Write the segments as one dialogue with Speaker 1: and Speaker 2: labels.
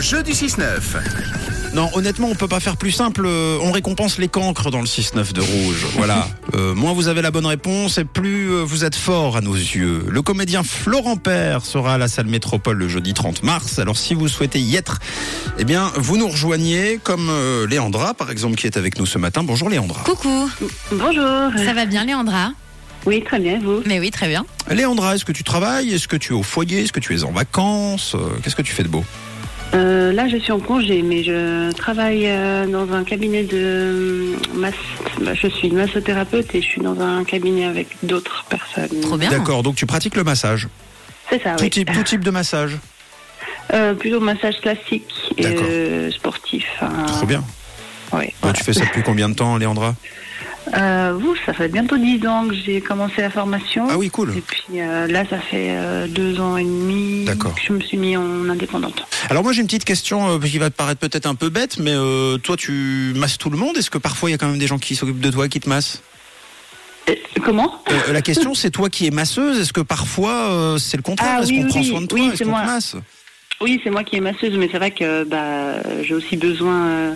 Speaker 1: jeu du 6-9.
Speaker 2: Non, honnêtement, on peut pas faire plus simple. euh, On récompense les cancres dans le 6-9 de rouge. Voilà. Euh, moins vous avez la bonne réponse et plus euh, vous êtes fort à nos yeux. Le comédien Florent Père sera à la salle Métropole le jeudi 30 mars. Alors si vous souhaitez y être, eh bien, vous nous rejoignez comme euh, Léandra, par exemple, qui est avec nous ce matin. Bonjour Léandra.
Speaker 3: Coucou,
Speaker 4: Bonjour.
Speaker 3: ça va bien Léandra
Speaker 4: Oui, très bien, vous.
Speaker 3: Mais oui, très bien.
Speaker 2: Léandra, est-ce que tu travailles Est-ce que tu es au foyer Est-ce que tu es en vacances Euh, Qu'est-ce que tu fais de beau
Speaker 4: Euh, là, je suis en congé, mais je travaille euh, dans un cabinet de masse. Je suis massothérapeute et je suis dans un cabinet avec d'autres personnes.
Speaker 3: Trop bien.
Speaker 2: D'accord, donc tu pratiques le massage.
Speaker 4: C'est ça,
Speaker 2: Tout
Speaker 4: oui.
Speaker 2: type, tout type de massage.
Speaker 4: Euh, plutôt massage classique et
Speaker 2: D'accord.
Speaker 4: euh, sportif. hein.
Speaker 2: Trop bien.
Speaker 4: Ouais,
Speaker 2: Toi,
Speaker 4: voilà.
Speaker 2: tu fais ça depuis combien de temps, Léandra
Speaker 4: Euh, vous, ça fait bientôt 10 ans que j'ai commencé la formation.
Speaker 2: Ah oui, cool.
Speaker 4: Et puis euh, là, ça fait euh, deux ans et demi
Speaker 2: D'accord.
Speaker 4: que je me suis mis en indépendante.
Speaker 2: Alors moi j'ai une petite question euh, qui va te paraître peut-être un peu bête, mais euh, toi tu masses tout le monde. Est-ce que parfois il y a quand même des gens qui s'occupent de toi, qui te massent
Speaker 4: Euh, comment
Speaker 2: Euh, La question c'est toi qui es masseuse. Est-ce que parfois euh, c'est le contraire
Speaker 4: Ah,
Speaker 2: Est-ce
Speaker 4: oui,
Speaker 2: qu'on prend
Speaker 4: oui,
Speaker 2: soin de toi
Speaker 4: oui,
Speaker 2: Est-ce
Speaker 4: c'est
Speaker 2: qu'on te
Speaker 4: moi.
Speaker 2: masse
Speaker 4: Oui, c'est moi qui ai masseuse, mais c'est vrai que bah, j'ai aussi besoin euh,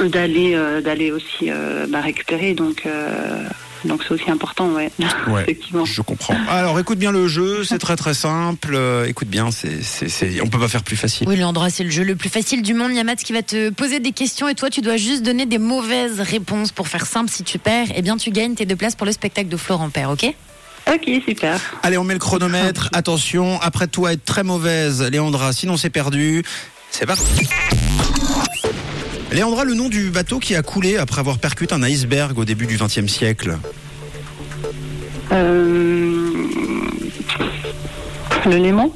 Speaker 4: d'aller euh, d'aller aussi euh, bah, récupérer, donc euh, donc c'est aussi important, ouais.
Speaker 2: Ouais.
Speaker 4: Effectivement.
Speaker 2: Je comprends. Alors écoute bien le jeu, c'est très très simple. Euh, écoute bien, c'est, c'est, c'est- on peut pas faire plus facile.
Speaker 3: Oui, Léandra, c'est le jeu le plus facile du monde. Il y a Matt qui va te poser des questions et toi, tu dois juste donner des mauvaises réponses pour faire simple. Si tu perds, eh bien, tu gagnes tes deux places pour le spectacle de Florent Père, ok
Speaker 4: Ok, super.
Speaker 2: Allez, on met le chronomètre. Attention, après toi être très mauvaise, Léandra, sinon c'est perdu. C'est parti. Léandra, le nom du bateau qui a coulé après avoir percuté un iceberg au début du XXe siècle.
Speaker 4: Euh, Le Léman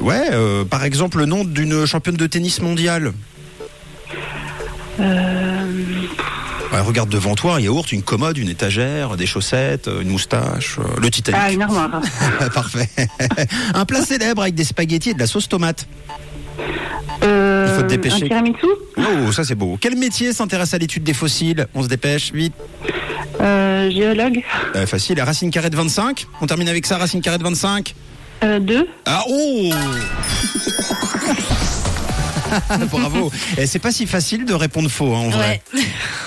Speaker 2: Ouais, euh, par exemple le nom d'une championne de tennis mondiale.
Speaker 4: Euh,
Speaker 2: Ouais, regarde devant toi un yaourt, une commode, une étagère, des chaussettes, euh, une moustache, euh, le
Speaker 4: Ah,
Speaker 2: Titanic.
Speaker 4: une armoire.
Speaker 2: Parfait. un plat célèbre avec des spaghettis et de la sauce tomate.
Speaker 4: Euh,
Speaker 2: Il faut te dépêcher.
Speaker 4: Un tiramisu
Speaker 2: Oh, ça c'est beau. Quel métier s'intéresse à l'étude des fossiles On se dépêche, vite.
Speaker 4: Euh, Géologue
Speaker 2: Euh, facile, la racine carrée de 25. On termine avec ça, racine carrée de 25.
Speaker 4: Euh, Deux
Speaker 2: Ah oh Bravo. Et c'est pas si facile de répondre faux hein, en vrai.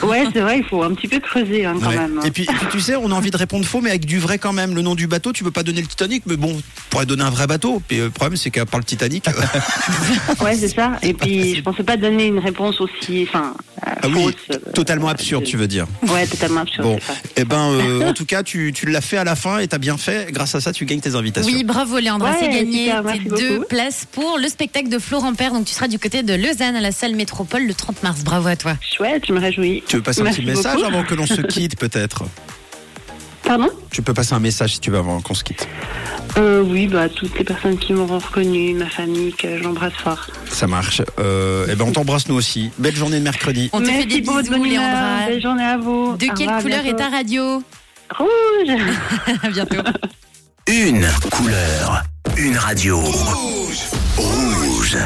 Speaker 4: Ouais, c'est vrai, il faut un petit peu creuser hein, quand
Speaker 2: Ouais.
Speaker 4: même.
Speaker 2: Et puis, et puis, tu sais, on a envie de répondre faux, mais avec du vrai quand même. Le nom du bateau, tu peux pas donner le Titanic, mais bon, on pourrait donner un vrai bateau. Et le problème, c'est qu'à part le Titanic, euh,
Speaker 4: Ouais, c'est ça. Et puis, je pensais pas donner une réponse aussi. Enfin, euh,
Speaker 2: ah oui,
Speaker 4: fausse, euh,
Speaker 2: totalement absurde, tu veux dire.
Speaker 4: Ouais, totalement absurde.
Speaker 2: Bon,
Speaker 4: c'est ça.
Speaker 2: eh ben, euh, en tout cas, tu, tu l'as fait à la fin et t'as bien fait. Grâce à ça, tu gagnes tes invitations.
Speaker 3: Oui, bravo Léandra,
Speaker 4: Ouais,
Speaker 3: c'est gagné
Speaker 4: super,
Speaker 3: tes
Speaker 4: merci beaucoup.
Speaker 3: deux places pour le spectacle de Florent Père. Donc, tu seras du côté de Lausanne à la salle Métropole le 30 mars. Bravo à toi.
Speaker 4: Chouette, je me réjouis.
Speaker 2: Tu veux passer
Speaker 4: Merci
Speaker 2: un petit message
Speaker 4: beaucoup.
Speaker 2: avant que l'on se quitte, peut-être
Speaker 4: Pardon
Speaker 2: Tu peux passer un message si tu veux avant qu'on se quitte.
Speaker 4: euh, Oui, bah, toutes les personnes qui m'auront reconnu, ma famille, que j'embrasse fort.
Speaker 2: Ça marche. Euh, eh ben, on t'embrasse nous aussi. Belle journée de mercredi.
Speaker 3: On te
Speaker 4: Merci
Speaker 3: fait des
Speaker 4: pour votre
Speaker 3: bisous,
Speaker 4: bonne humeur.
Speaker 3: Léandra.
Speaker 4: Belle journée à vous.
Speaker 3: De
Speaker 4: Au
Speaker 3: quelle
Speaker 4: revoir, à
Speaker 3: couleur est
Speaker 4: bientôt.
Speaker 3: ta radio
Speaker 4: Rouge
Speaker 3: À bientôt.
Speaker 1: Une couleur, une radio. Rouge.